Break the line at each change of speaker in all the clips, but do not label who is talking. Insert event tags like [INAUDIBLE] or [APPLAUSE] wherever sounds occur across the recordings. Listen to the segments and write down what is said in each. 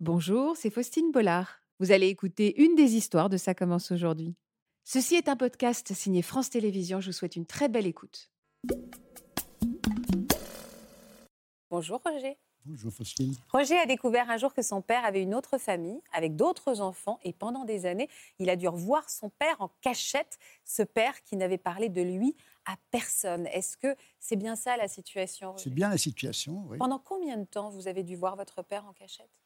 Bonjour, c'est Faustine Bollard. Vous allez écouter une des histoires de Ça commence aujourd'hui. Ceci est un podcast signé France Télévisions. Je vous souhaite une très belle écoute.
Bonjour Roger.
Bonjour Faustine.
Roger a découvert un jour que son père avait une autre famille, avec d'autres enfants, et pendant des années, il a dû revoir son père en cachette, ce père qui n'avait parlé de lui à personne. Est-ce que c'est bien ça la situation Roger
C'est bien la situation, oui.
Pendant combien de temps vous avez dû voir votre père en cachette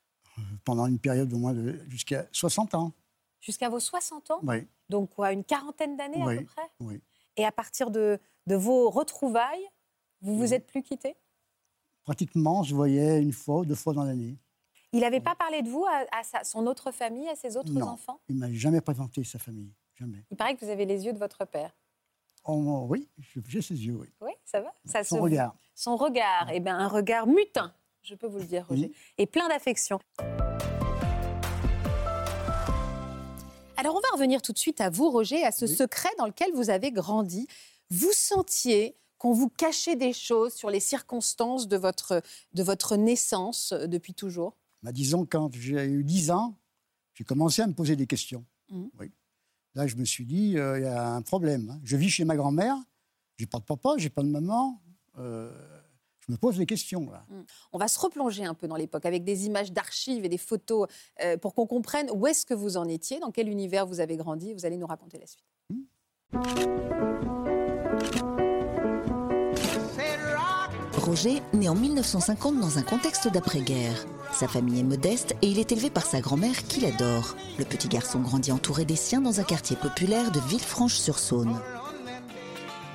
Pendant une période au moins de jusqu'à 60 ans.
Jusqu'à vos 60 ans
Oui,
Donc quoi, une quarantaine d'années à
Oui.
peu près
oui.
Et à partir de, de vos retrouvailles, vous vous
Oui.
êtes plus quittés
Pratiquement, je voyais une fois ou deux fois dans l'année.
Il n'avait pas parlé de vous à, à sa- son autre famille, à ses autres
Non.
enfants
Il m'a jamais présenté sa famille. Jamais.
Il paraît que vous avez les yeux de votre père.
Oh, oui, je- j'ai ses yeux, oui.
Oui, ça va ça
Son
se-
regard.
Son regard, eh ben, un regard mutin, je peux vous le dire, Roger,
Oui.
et plein d'affection. Alors, on va revenir tout de suite à vous, Roger, à ce
Oui.
secret dans lequel vous avez grandi. Vous sentiez qu'on vous cachait des choses sur les circonstances de votre, de votre naissance euh, depuis toujours
Bah, disons, quand j'ai eu 10 ans, j'ai commencé à me poser des questions.
Mhm.
Oui. Là, je me suis dit, euh, il y a un problème. hein. Je vis chez ma grand-mère, j'ai pas de papa, j'ai pas de maman. euh, je me pose des questions, là.
On va se replonger un peu dans l'époque avec des images d'archives et des photos euh, pour qu'on comprenne où est-ce que vous en étiez, dans quel univers vous avez grandi. Vous allez nous raconter la suite.
Roger naît en 1950 dans un contexte d'après-guerre. Sa famille est modeste et il est élevé par sa grand-mère qui l'adore. Le petit garçon grandit entouré des siens dans un quartier populaire de Villefranche-sur-Saône.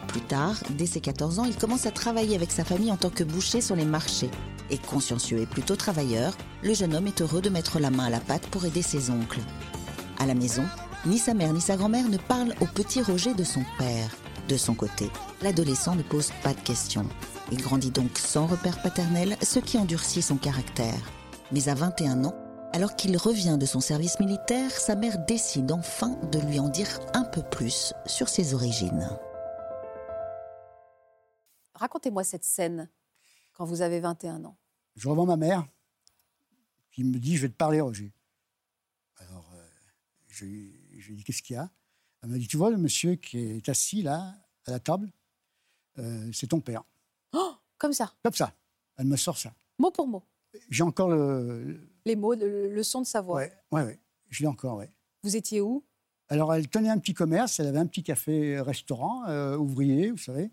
Plus tard, dès ses 14 ans, il commence à travailler avec sa famille en tant que boucher sur les marchés. Et consciencieux et plutôt travailleur, le jeune homme est heureux de mettre la main à la pâte pour aider ses oncles. À la maison, ni sa mère ni sa grand-mère ne parlent au petit Roger de son père. De son côté, l'adolescent ne pose pas de questions. Il grandit donc sans repère paternel, ce qui endurcit son caractère. Mais à 21 ans, alors qu'il revient de son service militaire, sa mère décide enfin de lui en dire un peu plus sur ses origines.
Racontez-moi cette scène quand vous avez 21 ans.
je revends ma mère, qui me dit, je vais te parler, Roger. Alors, euh, je, lui- je lui dis, qu'est-ce qu'il y a Elle m'a dit, tu vois, le monsieur qui est assis là, à la table, euh, c'est ton père.
Comme ça,
Comme ça. Elle me sort ça.
mot pour mot.
J'ai encore le... le-
Les mots, le, le son de sa voix.
Ouais, ouais, ouais. Je l'ai encore, ouais.
Vous étiez où
Alors, elle tenait un petit commerce, elle avait un petit café-restaurant euh, ouvrier, vous savez,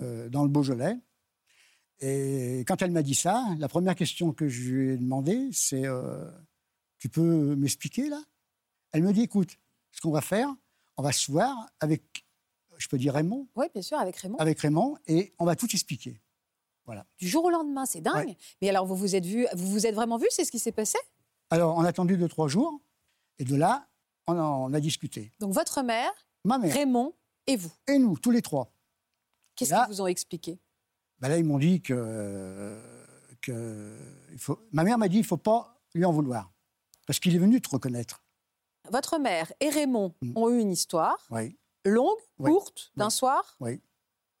euh, dans le Beaujolais. Et quand elle m'a dit ça, la première question que je lui ai demandée, c'est euh, Tu peux m'expliquer là Elle me dit Écoute, ce qu'on va faire, on va se voir avec, je peux dire Raymond,
Oui, bien sûr, avec Raymond.
avec Raymond, et on va tout expliquer.
Du jour au lendemain, c'est dingue. Mais alors, vous vous êtes vu, vous vous êtes vraiment vu C'est ce qui s'est passé
Alors, on a attendu deux, trois jours, et de là, on a, on a discuté.
Donc, votre mère,
Ma mère
Raymond et vous.
et nous, tous les trois.
Qu'est-ce
Là-
qu'ils vous ont expliqué
Ben là, ils m'ont dit que, euh, que il faut... ma mère m'a dit il faut pas lui en vouloir parce qu'il est venu te reconnaître.
Votre mère et Raymond
Mm.
ont eu une histoire
Oui.
longue,
Oui.
courte, d'un
Oui.
soir.
Oui.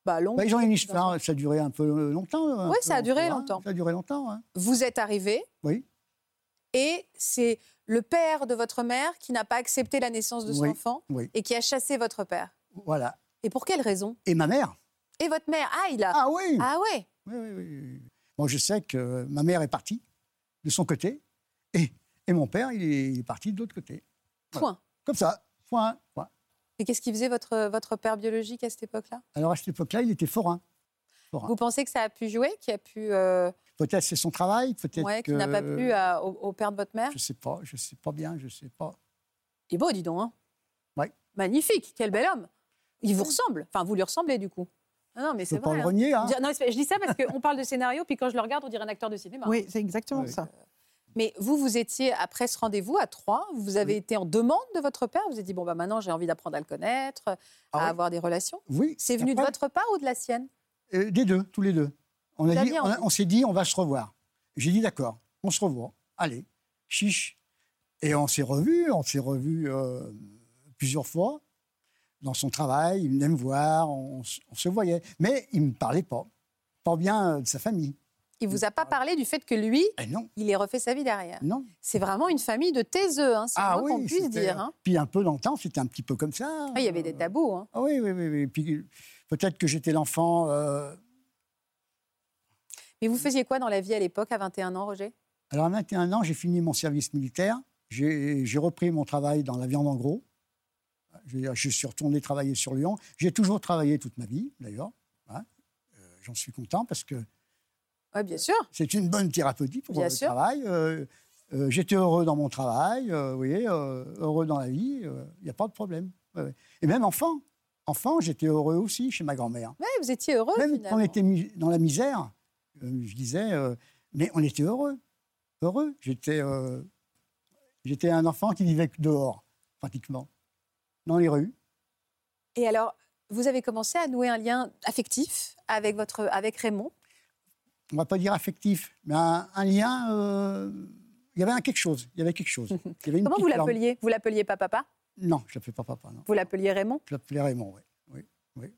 Bah, longue.
Ben, ils ont eu une
d'un soir.
histoire, ça a duré un peu longtemps. un
Ouais,
peu
ça a duré
hein,
longtemps.
Ça a duré longtemps. hein.
Vous êtes arrivé.
Oui.
Et c'est le père de votre mère qui n'a pas accepté la naissance de son
Oui.
enfant
Oui.
et qui a chassé votre père.
Voilà.
Et pour quelle raison
Et ma mère
Et votre mère Ah, il a.
Ah oui.
Ah ouais
Oui, oui, oui. Bon, je sais que ma mère est partie de son côté et, et mon père il est, il est parti de l'autre côté.
Point.
Voilà. Comme ça. Point. point.
Et qu'est-ce qui faisait votre, votre père biologique à cette époque-là
Alors à cette époque-là, il était forain. Forain.
Vous pensez que ça a pu jouer Qu'il a pu. euh,
Peut-être c'est son travail, peut-être
ouais, qu'il
que-
n'a pas euh, plu à- au, au père de votre mère
Je sais pas, je sais pas bien, je sais pas.
Il est beau, dis donc. Hein
Ouais.
Magnifique, quel bel homme Il vous ressemble. Enfin, vous lui ressemblez du coup. Non, non mais
Je
c'est
peux pas
vrai.
le
hein.
renier. hein.
On dirait- non, c'est- je dis ça parce qu'on parle de scénario, puis quand je le regarde, on dirait un acteur de cinéma.
Oui, c'est exactement
Oui.
ça.
Mais vous, vous étiez, après ce rendez-vous à Troyes, vous avez été en demande de votre père. Vous avez dit, bon, bah, maintenant, j'ai envie d'apprendre à le connaître,
Ah
à
oui.
avoir des relations.
Oui.
C'est venu de
Après,
votre part ou de la sienne
euh, Des deux, tous les deux. On,
Vous
a dit-
aviez
on, a-
envie.
on s'est dit, on va se revoir. J'ai dit, d'accord, on se revoit. Allez, chiche. Et on s'est revus, on s'est revus euh, plusieurs fois dans son travail. Il venait me voir, on, s- on se voyait. Mais il ne me parlait pas. Pas bien euh, de sa famille.
Il vous a pas parlé du fait que lui,
Eh non,
il ait refait sa vie derrière.
non.
C'est vraiment une famille de taiseux, hein, c'est le moins qu'on puisse
Ah c'était- Oh.
dire. hein.
Puis un peu dans le temps, c'était un petit peu comme ça.
Ah, il y avait des tabous. hein.
Ah oui, oui, oui. oui. Puis peut-être que j'étais l'enfant. euh,
Mais vous faisiez quoi dans la vie à l'époque, à 21 ans, Roger
Alors à 21 ans, j'ai fini mon service militaire. J'ai j'ai repris mon travail dans la viande en gros. Je, je suis retourné travailler sur Lyon. J'ai toujours travaillé toute ma vie, d'ailleurs. Voilà. Euh, J'en suis content parce que
Oui, bien sûr.
c'est une bonne thérapeutique pour
Bien
le
sûr.
travail. Euh, euh, J'étais heureux dans mon travail, euh, vous voyez, euh, heureux dans la vie, euh, il n'y a pas de problème. Ouais, ouais. Et même enfant, enfant, j'étais heureux aussi chez ma grand-mère.
Ouais, vous étiez heureux.
Même quand
finalement.
on était mis- dans la misère, euh, je disais, euh, mais on était heureux. Heureux. J'étais euh, j'étais un enfant qui vivait dehors, pratiquement, dans les rues.
Et alors, vous avez commencé à nouer un lien affectif avec, votre, avec Raymond.
On ne va pas dire affectif, mais un, un lien. euh, Il y avait un quelque chose. Il y avait
[LAUGHS]
quelque chose. Il y avait une
Comment vous
petite larme.
l'appeliez Vous l'appeliez pas papa
Non, je ne l'appelais pas papa. Non.
Vous l'appeliez Raymond
Je l'appelais Raymond, oui. oui, oui.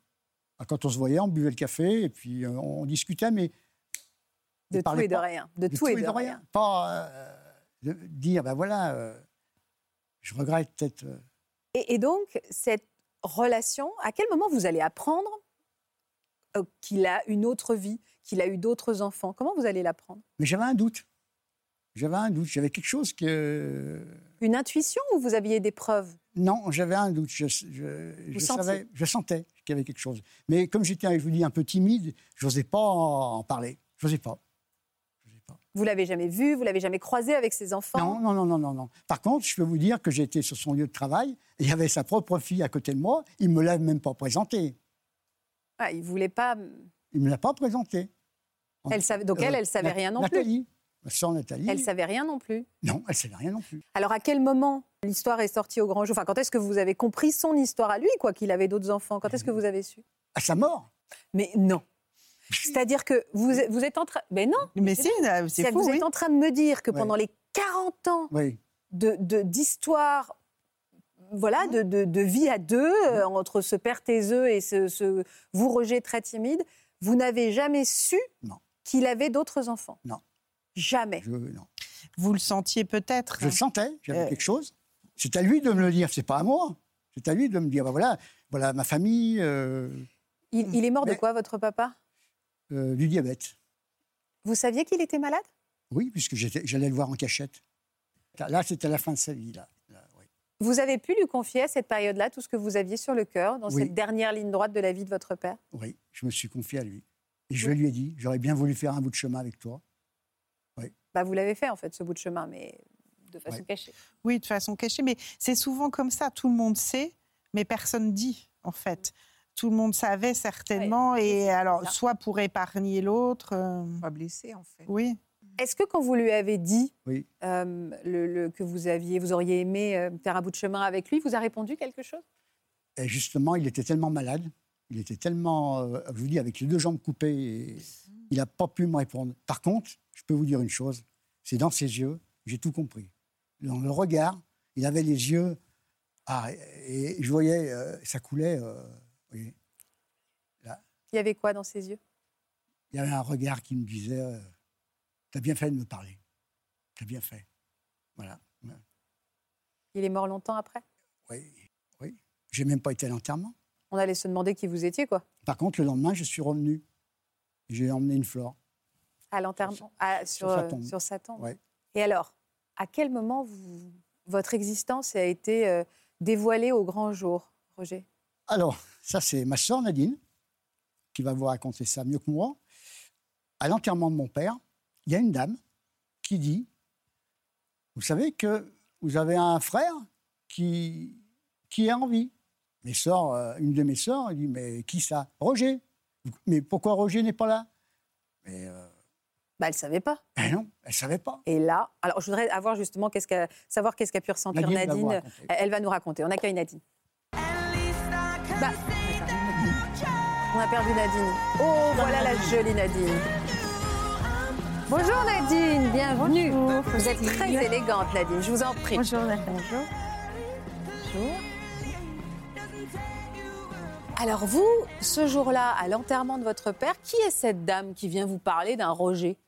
Ah, Quand on se voyait, on buvait le café et puis euh, on discutait, mais. on
De tout
parlait
et de
pas.
rien. De, tout, et de, rien.
Pas euh, de dire, ben voilà, euh, je regrette peut-être. euh,
Et, et donc, cette relation, à quel moment vous allez apprendre euh, qu'il a une autre vie, qu'il a eu d'autres enfants Comment vous allez l'apprendre
Mais j'avais un doute. J'avais un doute. J'avais quelque chose que.
Une intuition ou vous aviez des preuves
Non, j'avais un doute. Je, je- je
Vous sentiez.
savais, je sentais qu'il y avait quelque chose. Mais comme j'étais, je vous dis, un peu timide, je n'osais pas en parler. Je n'osais pas. J'osais pas.
Vous l'avez jamais vu Vous l'avez jamais croisé avec ses enfants
Non, non, non, non, non, non. Par contre, je peux vous dire que j'étais sur son lieu de travail. Il y avait sa propre fille à côté de moi. Il ne me l'a même pas présentée.
Ah, Il voulait pas.
Il ne me l'a pas présentée. Euh,
Elle savait...
Euh,
Donc elle, elle savait rien non plus.
Nathalie. Ma sœur Nathalie.
Elle savait rien non plus.
Non, elle savait rien non plus.
Alors, à quel moment l'histoire est sortie au grand jour Enfin, quand est-ce que vous avez compris son histoire à lui, quoi qu'il avait d'autres enfants Quand est-ce que vous avez su
À sa mort.
Mais non. C'est-à-dire que vous, êtes- vous êtes en train. Mais non.
Mais si, là, c'est
C'est-à-dire que
fou,
vous
oui.
êtes en train de me dire que
Ouais.
pendant les 40 ans
Oui.
de- de- d'histoire. voilà, de, de- de vie à deux, euh,
Mm-hmm.
entre ce père taiseux et ce, ce vous Roger très timide, vous n'avez jamais su
Non.
qu'il avait d'autres enfants
Non.
Jamais.
Je, non.
Vous le sentiez peut-être.
Je le sentais, j'avais
Euh.
quelque chose. C'est à lui de me le dire, c'est pas à moi. C'est à lui de me dire, bah voilà, voilà ma famille, euh,
Il, il est mort de
Mais-
quoi, votre papa
euh, du diabète.
Vous saviez qu'il était malade
Oui, puisque j'étais- j'allais le voir en cachette. Là, c'était la fin de sa vie, là. Là, oui.
Vous avez pu lui confier à cette période-là tout ce que vous aviez sur le cœur, dans
Oui.
cette dernière ligne droite de la vie de votre père
Oui, je me suis confié à lui. Et je lui ai dit, j'aurais bien voulu faire un bout de chemin avec toi.
bah, Vous l'avez fait, en fait, ce bout de chemin, mais de façon
Ouais.
cachée.
Oui, de façon cachée. Mais c'est souvent comme ça. Tout le monde sait, mais personne dit, en fait. Tout le monde savait certainement. Et alors,
Là.
soit pour épargner l'autre. euh,
Pas blessé, en fait.
Oui.
Est-ce que quand vous lui avez dit
Oui.
euh, le, le- que vous, aviez, vous auriez aimé euh, faire un bout de chemin avec lui, vous a répondu quelque chose
Et justement, il était tellement malade, il était tellement, euh, je vous dis, avec les deux jambes coupées, et il n'a pas pu me répondre. Par contre, je peux vous dire une chose, c'est dans ses yeux, j'ai tout compris. Dans le regard, il avait les yeux, ah, et je voyais, euh, ça coulait. euh, vous voyez.
Il y avait quoi dans ses yeux
Il y avait un regard qui me disait, euh, t'as bien fait de me parler, t'as bien fait. Voilà.
Il est mort longtemps après
Oui, oui. J'ai même pas été à l'enterrement.
On allait se demander qui vous étiez, quoi.
Par contre, le lendemain, je suis revenu. J'ai emmené une flore.
À l'enterrement, à- sur,
sa
euh,
tombe.
sur sa tombe.
Ouais.
Et alors, à quel moment vous- votre existence a été euh, dévoilée au grand jour, Roger
Alors, ça, c'est ma sœur Nadine, qui va vous raconter ça mieux que moi. À l'enterrement de mon père, il y a une dame qui dit Vous savez que vous avez un frère qui, qui est en vie. Mes sœurs, euh, une de mes sœurs, elle dit Mais qui ça Roger. Mais pourquoi Roger n'est pas là Mais euh,
bah, Elle ne savait pas.
eh non, elle ne savait pas.
Et là, alors je voudrais avoir justement qu'est-ce qu'a- savoir qu'est-ce qu'a pu ressentir
Nadine va
Nadine.
vous raconter.
Elle- Elle va nous raconter. On accueille Nadine. Bah, attends. on a perdu Nadine. Oh, voilà la jolie Nadine. Bonjour Nadine, bienvenue. vous êtes très élégante Nadine, je vous en prie.
Bonjour, bonjour.
Alors vous, ce jour-là, à l'enterrement de votre père, qui est cette dame qui vient vous parler d'un Roger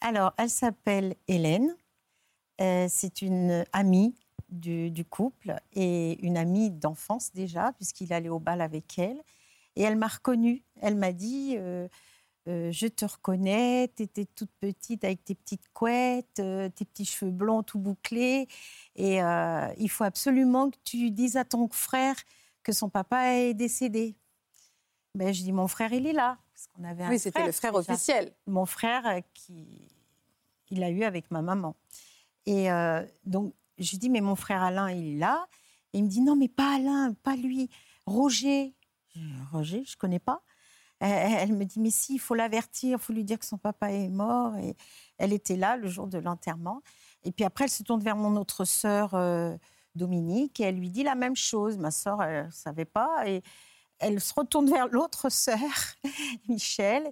Alors, elle s'appelle Hélène. Euh, c'est une amie du, du couple et une amie d'enfance déjà, puisqu'il allait au bal avec elle. Et elle m'a reconnue. Elle m'a dit euh, euh, Je te reconnais, tu étais toute petite avec tes petites couettes, euh, tes petits cheveux blonds tout bouclés. Et euh, il faut absolument que tu dises à ton frère que son papa est décédé. Ben, je dis Mon frère, il est là. Parce qu'on avait un
Oui, c'était le frère
déjà.
officiel.
Mon frère, euh, qui, il a eu avec ma maman. Et euh, donc, je dis Mais mon frère Alain, il est là. Et il me dit Non, mais pas Alain, pas lui. Roger. Je dis, Roger, je connais pas. Euh, Elle me dit, mais si, il faut l'avertir, il faut lui dire que son papa est mort. Et elle était là le jour de l'enterrement. Et puis après, elle se tourne vers mon autre sœur, euh, Dominique, et elle lui dit la même chose. Ma sœur, elle ne savait pas. Et elle se retourne vers l'autre sœur, [LAUGHS] Michel.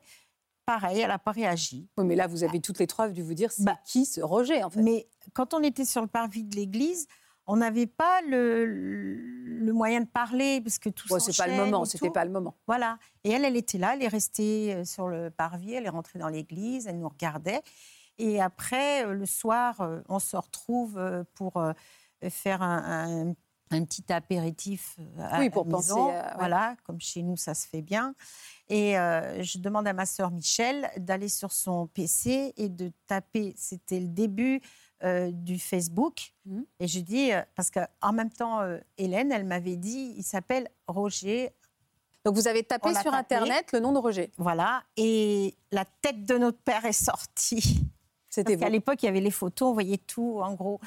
Pareil, elle n'a pas réagi.
Oui, mais là, vous avez toutes les preuves de vous dire c'est
Bah.
qui ce Roger, en fait.
Mais quand on était sur le parvis de l'église, on n'avait pas le, le moyen de parler, parce que tout
Bon,
s'enchaîne.
c'est pas le moment,
et
c'était
tout.
pas le moment.
Voilà. Et elle, elle était là, elle est restée euh, sur le parvis, elle est rentrée dans l'église, elle nous regardait. Et après, euh, le soir, euh, on se retrouve euh, pour euh, faire un, un- un petit apéritif euh, à
Oui,
la
pour penser
maison.
à- ouais.
Voilà, comme chez nous, ça se fait bien. Et euh, je demande à ma sœur Michel d'aller sur son PC et de taper, c'était le début euh, du Facebook.
Mhm.
Et je dis, euh, parce qu'en même temps, euh, Hélène, elle m'avait dit, il s'appelle Roger
Donc, vous avez tapé
On l'a
sur
tapé.
Internet le nom de Roger.
voilà, et la tête de notre père est sortie.
C'était
Parce
vous.
qu'à l'époque, il y avait les photos, on voyait tout, en gros.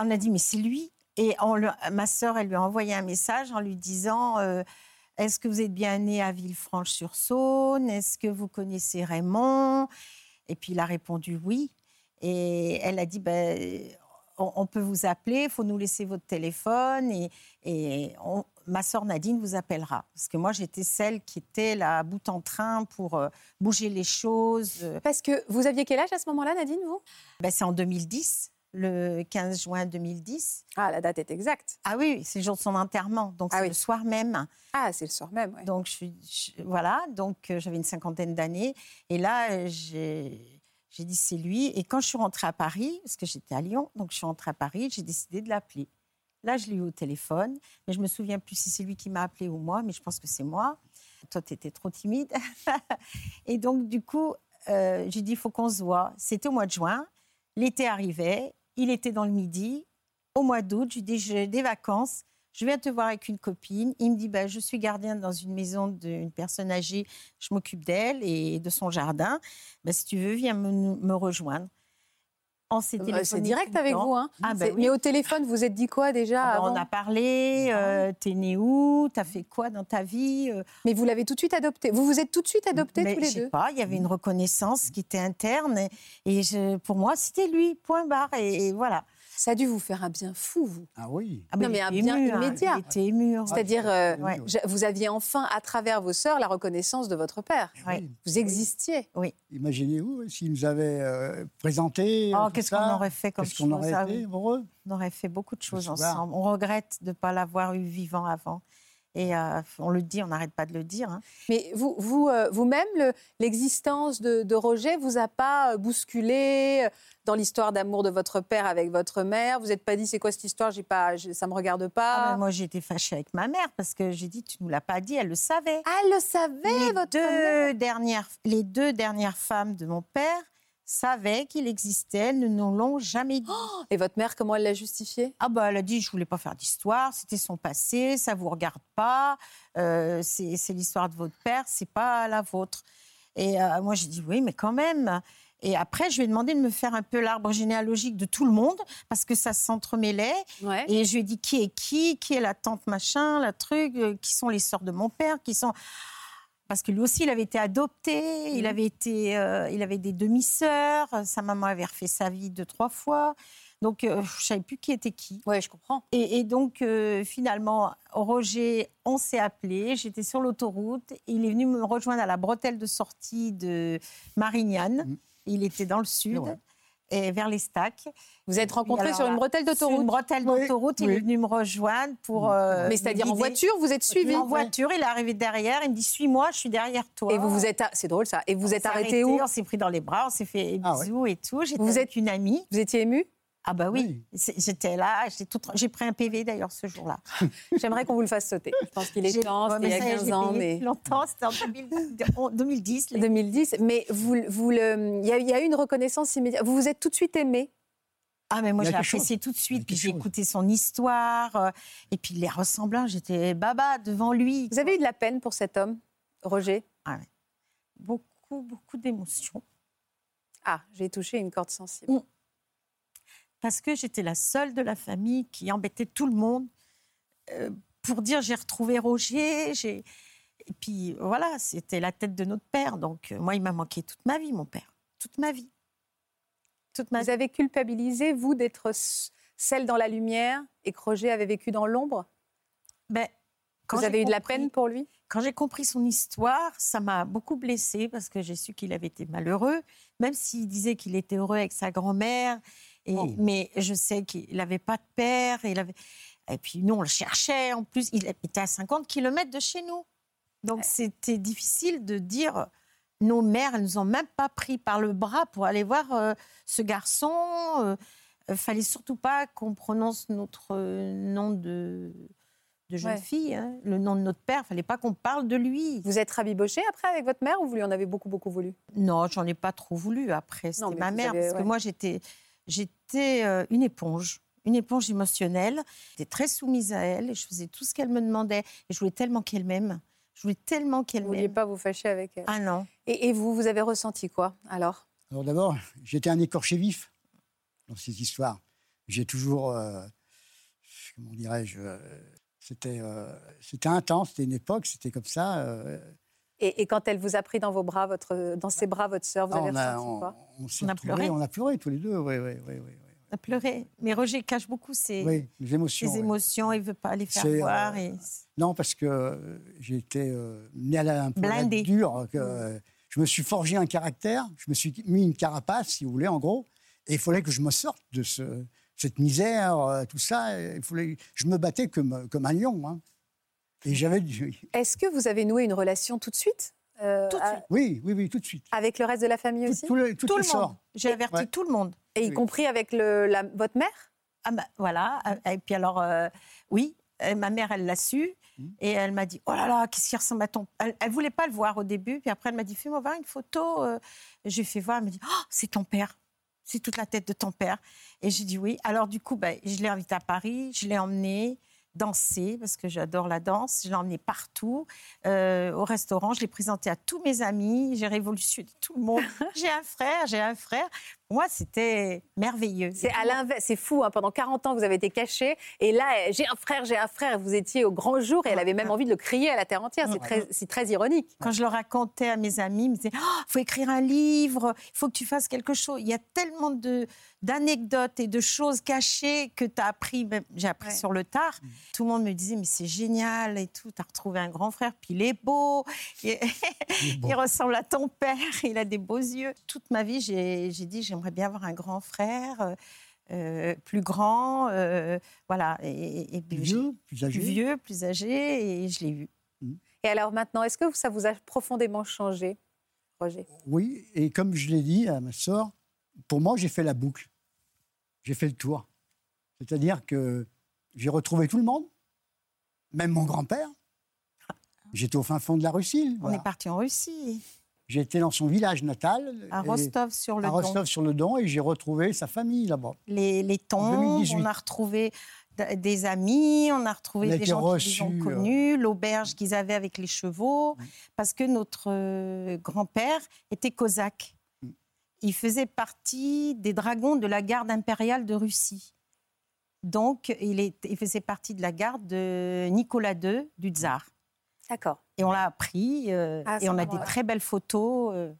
On a dit, mais c'est lui. Et on le- ma sœur, elle lui a envoyé un message en lui disant, euh, est-ce que vous êtes bien né à Villefranche-sur-Saône Est-ce que vous connaissez Raymond Et puis il a répondu oui. Et elle a dit, ben, on, on peut vous appeler, il faut nous laisser votre téléphone. Et, et on- ma sœur Nadine vous appellera. Parce que moi, j'étais celle qui était là, à bout en train, pour euh, bouger les choses. euh,
Parce que vous aviez quel âge à ce moment-là, Nadine, vous
ben, c'est en 2010, le 15 juin 2010.
Ah, la date est exacte.
Ah oui, c'est le jour de son enterrement, donc
Ah
c'est
oui.
le soir même.
Ah, c'est le soir même. ouais.
Donc je suis- je- voilà, donc euh, j'avais une cinquantaine d'années et là euh, j'ai j'ai dit c'est lui et quand je suis rentrée à Paris parce que j'étais à Lyon, donc je suis rentrée à Paris, j'ai décidé de l'appeler. Là, je l'ai eu au téléphone, mais je me souviens plus si c'est lui qui m'a appelé ou moi, mais je pense que c'est moi. Toi, tu étais trop timide. [LAUGHS] et donc, du coup, euh, j'ai dit, il faut qu'on se voit. C'était au mois de juin, l'été arrivait, il était dans le midi. Au mois d'août, je lui dis, j'ai des vacances, je viens te voir avec une copine. Il me dit, bah, je suis gardienne dans une maison d'une personne âgée, je m'occupe d'elle et de son jardin. Bah, si tu veux, viens me, me rejoindre. On s'est
Euh, C'est
téléphoné tout
direct
le
avec
temps.
vous. Hein.
Ah, bah
C'est-
oui.
Mais au téléphone, vous êtes dit quoi déjà
Ah ben,
avant Ah
on a parlé, euh, t'es né où, t'as fait quoi dans ta vie euh,
Mais vous l'avez tout de suite adopté. Vous vous êtes tout de suite adoptés
mais
tous les
je sais
deux. Mm.
pas, il y avait une reconnaissance qui était interne et, et je- pour moi c'était lui, point barre et, et voilà.
Ça a dû vous faire un bien fou, vous.
Ah oui. Ah,
Ah,
Non,
il
mais un
était
bien
ému, hein,
immédiat.
il était ému. hein.
C'est-à-dire, euh,
oui,
ouais.
oui.
je- vous aviez enfin, à travers vos sœurs, la reconnaissance de votre père.
Ah oui.
Vous existiez.
Imaginez-vous hein, s'ils nous avaient euh, présenté.
Oh,
euh, tout
qu'est-ce
ça,
qu'on aurait fait comme
Qu'est-ce qu'on
chose,
aurait
ah
été
oui.
pour eux
On aurait fait beaucoup de choses
souviens.
ensemble. On regrette de ne pas l'avoir eu vivant avant. Et euh, on le dit, on n'arrête pas de le dire. hein.
Mais vous, vous, euh, vous-même, le- l'existence de, de Roger vous a pas euh, bousculé euh, dans l'histoire d'amour de votre père avec votre mère. Vous n'êtes pas dit c'est quoi cette histoire J'ai pas, je- ça me regarde
Ah,
pas.
ben, moi j'étais fâchée avec ma mère parce que j'ai dit, tu nous l'as pas dit, elle le savait.
Ah, elle le savait,
les
votre mère.
deux, dernières, les deux dernières femmes de mon père savaient qu'il existait, elles ne nous l'ont jamais dit.
Et votre mère, comment elle l'a justifié
ah bah elle a dit je voulais pas faire d'histoire, c'était son passé, ça vous regarde pas, euh, c'est c'est l'histoire de votre père, c'est pas la vôtre. Et euh, moi j'ai dit oui mais quand même. Et après je lui ai demandé de me faire un peu l'arbre généalogique de tout le monde parce que ça s'entremêlait.
Ouais.
Et je lui ai dit qui est qui, qui est la tante machin, la truc, euh, qui sont les sœurs de mon père, qui sont parce que lui aussi il avait été adopté, il
Mhm.
avait été, euh, il avait des demi-sœurs, euh, sa maman avait refait sa vie deux trois fois, donc euh, je savais plus qui était qui.
Ouais, je comprends.
Et, et donc euh, finalement Roger, on s'est appelé, j'étais sur l'autoroute, il est venu me rejoindre à la bretelle de sortie de Marignane,
Mhm.
il était dans le sud.
vrai.
et vers les stacks.
Vous êtes rencontrés
alors
sur une
là,
bretelle
Sur une
d'autoroute.
bretelle
Oui,
d'autoroute, il
oui. Mm.
est venu me rejoindre pour. euh,
Mais
me
c'est-à-dire en
guider.
voiture, vous êtes suivi.
En voiture, il est arrivé derrière, il me dit Suis-moi, je suis derrière toi.
Et vous vous êtes, a- c'est drôle ça. Et vous
On
vous êtes
s'est
arrêté où
On s'est pris dans les bras, on s'est fait
Ah ouais.
bisous et tout. J'étais
Vous
vous avec une amie.
Vous étiez ému
Ah bah oui,
Oui.
C'est- j'étais là, j'étais toute- j'ai pris un PV d'ailleurs ce jour-là.
J'aimerais qu'on vous le fasse sauter. Je pense qu'il est
J'ai-
temps,
ouais,
c'était il y a
mais ça, je
15
l'ai
ans,
payé
mais...
depuis longtemps, c'était en 2000 en 2010. les-
2010, mais vous, vous le, il y, a- il y a eu une reconnaissance immédiate. Vous vous êtes tout de suite aimé.
Ah mais moi
Il y a
j'ai
quelque chose.
apprécié tout de
Il y
suite,
a
puis
quelque
j'ai
chose.
écouté son histoire, euh, et puis les ressemblants, j'étais baba devant lui.
Vous avez eu de la peine pour cet homme, Roger
Beaucoup, beaucoup d'émotions,
Ah, j'ai touché une corde sensible.
parce que j'étais la seule de la famille qui embêtait tout le monde euh, pour dire j'ai retrouvé Roger, j'ai... Et puis voilà, c'était la tête de notre père, donc euh, moi il m'a manqué toute ma vie, mon père, toute ma vie. Toute ma vie.
Vous avez culpabilisé, vous, d'être s- celle dans la lumière et que Roger avait vécu dans l'ombre
Ben, quand
Vous
j'ai
avez eu de la
compris-
peine pour lui
Quand j'ai compris son histoire, ça m'a beaucoup blessée parce que j'ai su qu'il avait été malheureux, même s'il disait qu'il était heureux avec sa grand-mère. Et,
Oh.
Mais je sais qu'il n'avait pas de père. Et, il avait... et puis nous, on le cherchait. En plus, il était à 50 km de chez nous. Donc c'était difficile de dire. Nos mères, elles nous ont même pas pris par le bras pour aller voir euh, ce garçon. Euh, euh, fallait surtout pas qu'on prononce notre euh, nom de, de jeune
Ouais.
fille, hein, le nom de notre père. Fallait pas qu'on parle de lui.
Vous êtes rabiboché après avec votre mère ou vous lui en avez beaucoup, beaucoup voulu
Non, j'en ai pas trop voulu après.
Non,
C'était
mais
ma
vous
mère,
avez-
parce que
ouais.
moi, j'étais, j'étais euh, une éponge, une éponge émotionnelle. J'étais très soumise à elle et je faisais tout ce qu'elle me demandait. Et je voulais tellement qu'elle m'aime. Je voulais tellement qu'elle
Vous ne vouliez
m'aime.
pas vous fâcher avec elle.
Ah non.
Et, et vous, vous avez ressenti quoi alors
Alors d'abord, j'étais un écorché vif dans ces histoires. J'ai toujours, euh, comment dirais-je, euh, c'était, euh, c'était intense, c'était une époque, c'était comme ça. euh,
et, et quand elle vous a pris dans vos bras, votre, dans ses bras, votre sœur, vous
ah,
avez
on a,
ressenti
on-
quoi
on s'est
On a
retrouvés,
pleuré.
on a pleuré tous les deux, oui, oui, oui, oui.
On a pleuré. Mais Roger cache beaucoup ses,
Oui, les
ses
émotions. oui.
émotions. Il veut pas les faire
C'est, euh,
voir. et-
Non, parce que euh, j'ai été euh, né à la un peu à la
Blindé.
dure. Que, euh, je me suis forgé un caractère, je me suis mis une carapace, si vous voulez, en gros. Et il fallait que je me sorte de ce- cette misère, euh, tout ça. et Il fallait, je me battais comme, comme un lion. hein. Et j'avais du...
Est-ce que vous avez noué une relation tout de suite euh,
Tout de
à-
suite.
Oui, oui, oui, tout de suite.
Avec le reste de la famille
Tout,
aussi
tout le, tout
Tout
le
le monde.
sort.
J'ai averti
Ouais.
tout le monde.
Et y
Oui.
compris avec le, la- votre mère
Ah bah, voilà. Ah, Et puis alors, euh, oui, euh, ma mère, elle l'a su.
Mhm.
Et elle m'a dit, oh là là, qu'est-ce qu'il ressemble à ton... Elle, elle voulait pas le voir au début. Puis après, elle m'a dit, fais-moi voir une photo. euh. J'ai fait voir, elle m'a dit, oh, c'est ton père. C'est toute la tête de ton père. Et j'ai dit oui. Alors du coup, bah, je l'ai invité à Paris. Je l'ai emmené danser parce que j'adore la danse. Je l'ai emmené partout, euh, au restaurant. Je l'ai présenté à tous mes amis. J'ai révolutionné tout le monde. j'ai un frère, j'ai un frère. Pour Moi, c'était merveilleux.
C'est à l'inverse, c'est fou, hein, pendant 40 ans vous avez été caché, et là elle- j'ai un frère, j'ai un frère, et vous étiez au grand jour,
Ah,
et elle avait même envie de le crier à la terre entière, c'est très, c'est très ironique.
Quand je le racontais à mes amis, ils me disaient Ah, faut écrire un livre, il faut que tu fasses quelque chose. Il y a tellement de- d'anecdotes et de choses cachées que tu as appris, même- j'ai appris
Ouais.
sur le tard.
Mm.
Tout le monde me disait Mais c'est génial et tout, tu as retrouvé un grand frère, puis il est beau, il, [LAUGHS] il ressemble à ton père, il a des beaux yeux. Toute ma vie, j'ai j'ai dit J'aimerais bien avoir un grand frère, euh, euh, plus grand, euh, voilà. Et, et-
Plus
et puis j'ai-
vieux, plus âgé.
plus vieux, plus âgé, et je l'ai eu.
Et alors maintenant, est-ce que ça vous a profondément changé, Roger
Oui, et comme je l'ai dit à ma sœur, pour moi, j'ai fait la boucle. J'ai fait le tour. C'est-à-dire que j'ai retrouvé tout le monde, même mon grand-père. J'étais au fin fond de la Russie.
On
voilà.
est parti en Russie,
J'étais dans son village natal,
à
et-
Rostov sur le
à
Don.
Rostov sur le Don, et j'ai retrouvé sa famille là-bas.
Les, les tombes,
2018.
on a retrouvé d- des amis, on a retrouvé
On a
des
été
gens qu'ils
reçus,
ont
euh, Mm.
connus, l'auberge qu'ils avaient avec les chevaux,
Oui.
parce que notre euh, grand-père était cosaque.
Mm.
Il faisait partie des dragons de la garde impériale de Russie. Donc, il, est- il faisait partie de la garde de Nicolas II,
Mm.
du tsar.
D'accord.
Et on l'a appris, euh,
Ah,
et
c'est
on a
vraiment-
des très belles photos euh,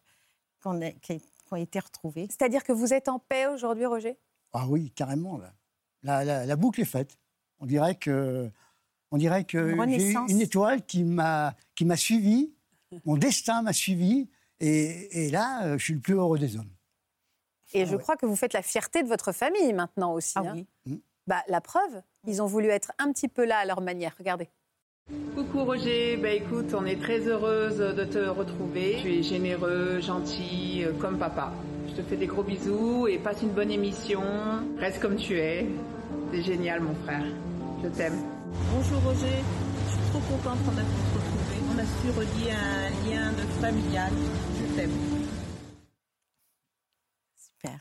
qu'on a- qui qui ont été retrouvées.
C'est-à-dire que vous êtes en paix aujourd'hui, Roger
Ah oui, carrément, là. La, la- la boucle est faite. On dirait que, on dirait que
Une
j'ai eu
renaissance.
une étoile qui m'a, qui m'a suivi, mon destin m'a suivi, et, et là, euh, je suis le plus heureux des hommes.
Et
Ah
je
ouais.
crois que vous faites la fierté de votre famille maintenant aussi.
Ah
hein.
oui.
Bah, la preuve, ils ont voulu être un petit peu là à leur manière. Regardez.
Coucou Roger, bah écoute, on est très heureuse de te retrouver. Tu es généreux, gentil, euh, comme papa. Je te fais des gros bisous et passe une bonne émission. Reste comme tu es. T'es génial mon frère. Je t'aime.
Bonjour Roger, je suis trop contente qu'on a pu se retrouver. On a su relier un lien de familial. Je t'aime.
Super.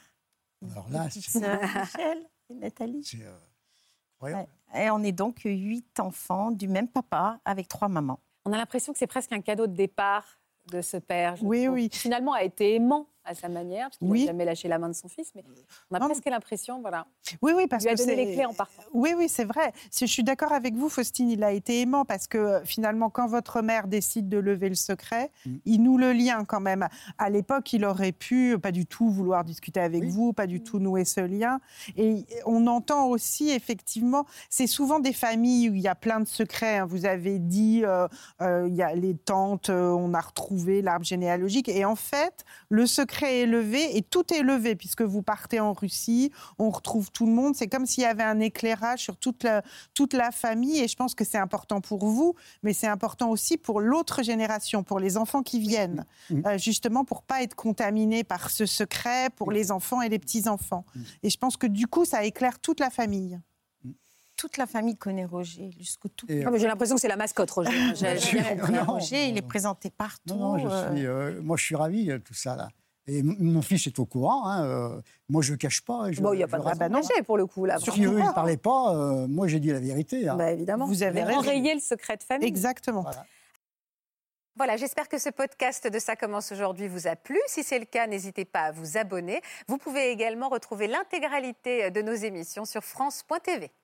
Alors là,
Petite
c'est
sœur Michel et Nathalie.
c'est, euh, incroyable.
Et on est donc huit enfants du même papa avec trois mamans.
On a l'impression que c'est presque un cadeau de départ de ce père. je
Oui,
trouve,
oui.
qui Finalement, a été aimant à sa manière, parce qu'il n'a
Oui.
jamais lâché la main de son fils, mais on a
Non,
presque l'impression, voilà,
Oui, oui, parce
il lui a
que
donné
c'est-
les clés en partant.
Oui, oui, c'est vrai. Si- Je suis d'accord avec vous, Faustine, il a été aimant parce que euh, finalement, quand votre mère décide de lever le secret,
Mm.
il nous le lien quand même. À l'époque, il aurait pu euh, pas du tout vouloir discuter avec
Oui.
vous, pas du tout nouer ce lien. Et on entend aussi, effectivement, c'est souvent des familles où il y a plein de secrets. hein. Vous avez dit, euh, euh, il y a les tantes, euh, on a retrouvé l'arbre généalogique. Et en fait, le secret est levé et tout est levé puisque vous partez en Russie, on retrouve tout le monde. C'est comme s'il y avait un éclairage sur toute la, toute la famille. Et je pense que c'est important pour vous, mais c'est important aussi pour l'autre génération, pour les enfants qui viennent,
Mhm.
Euh, justement pour pas être contaminés par ce secret pour les enfants et les petits-enfants.
Mhm.
Et je pense que du coup, ça éclaire toute la famille.
Toute la famille connaît Roger jusqu'au tout.
Et, euh,
petit.
Ah, mais J'ai l'impression que c'est la mascotte, [LAUGHS] Roger. hein. J'ai- j'ai bien compris.
[LAUGHS] non,
Roger, il est
non.
présenté partout.
Non, non, je
euh,
suis, euh, moi, je suis ravi, euh, tout ça. Là. Et m- mon fils est au courant. hein, euh, moi, je ne cache pas. Je,
Bon, il n'y a
je
pas de
raconte
raison de cacher, pour le coup, là.
Si eux, ils ne parlaient pas, euh, moi, j'ai dit la vérité. hein.
Bah, évidemment.
Vous avez raison.
enrayé le secret de famille.
Exactement.
Voilà.
Voilà, j'espère que ce podcast de Ça commence aujourd'hui vous a plu. Si c'est le cas, n'hésitez pas à vous abonner. Vous pouvez également retrouver l'intégralité de nos émissions sur France.tv.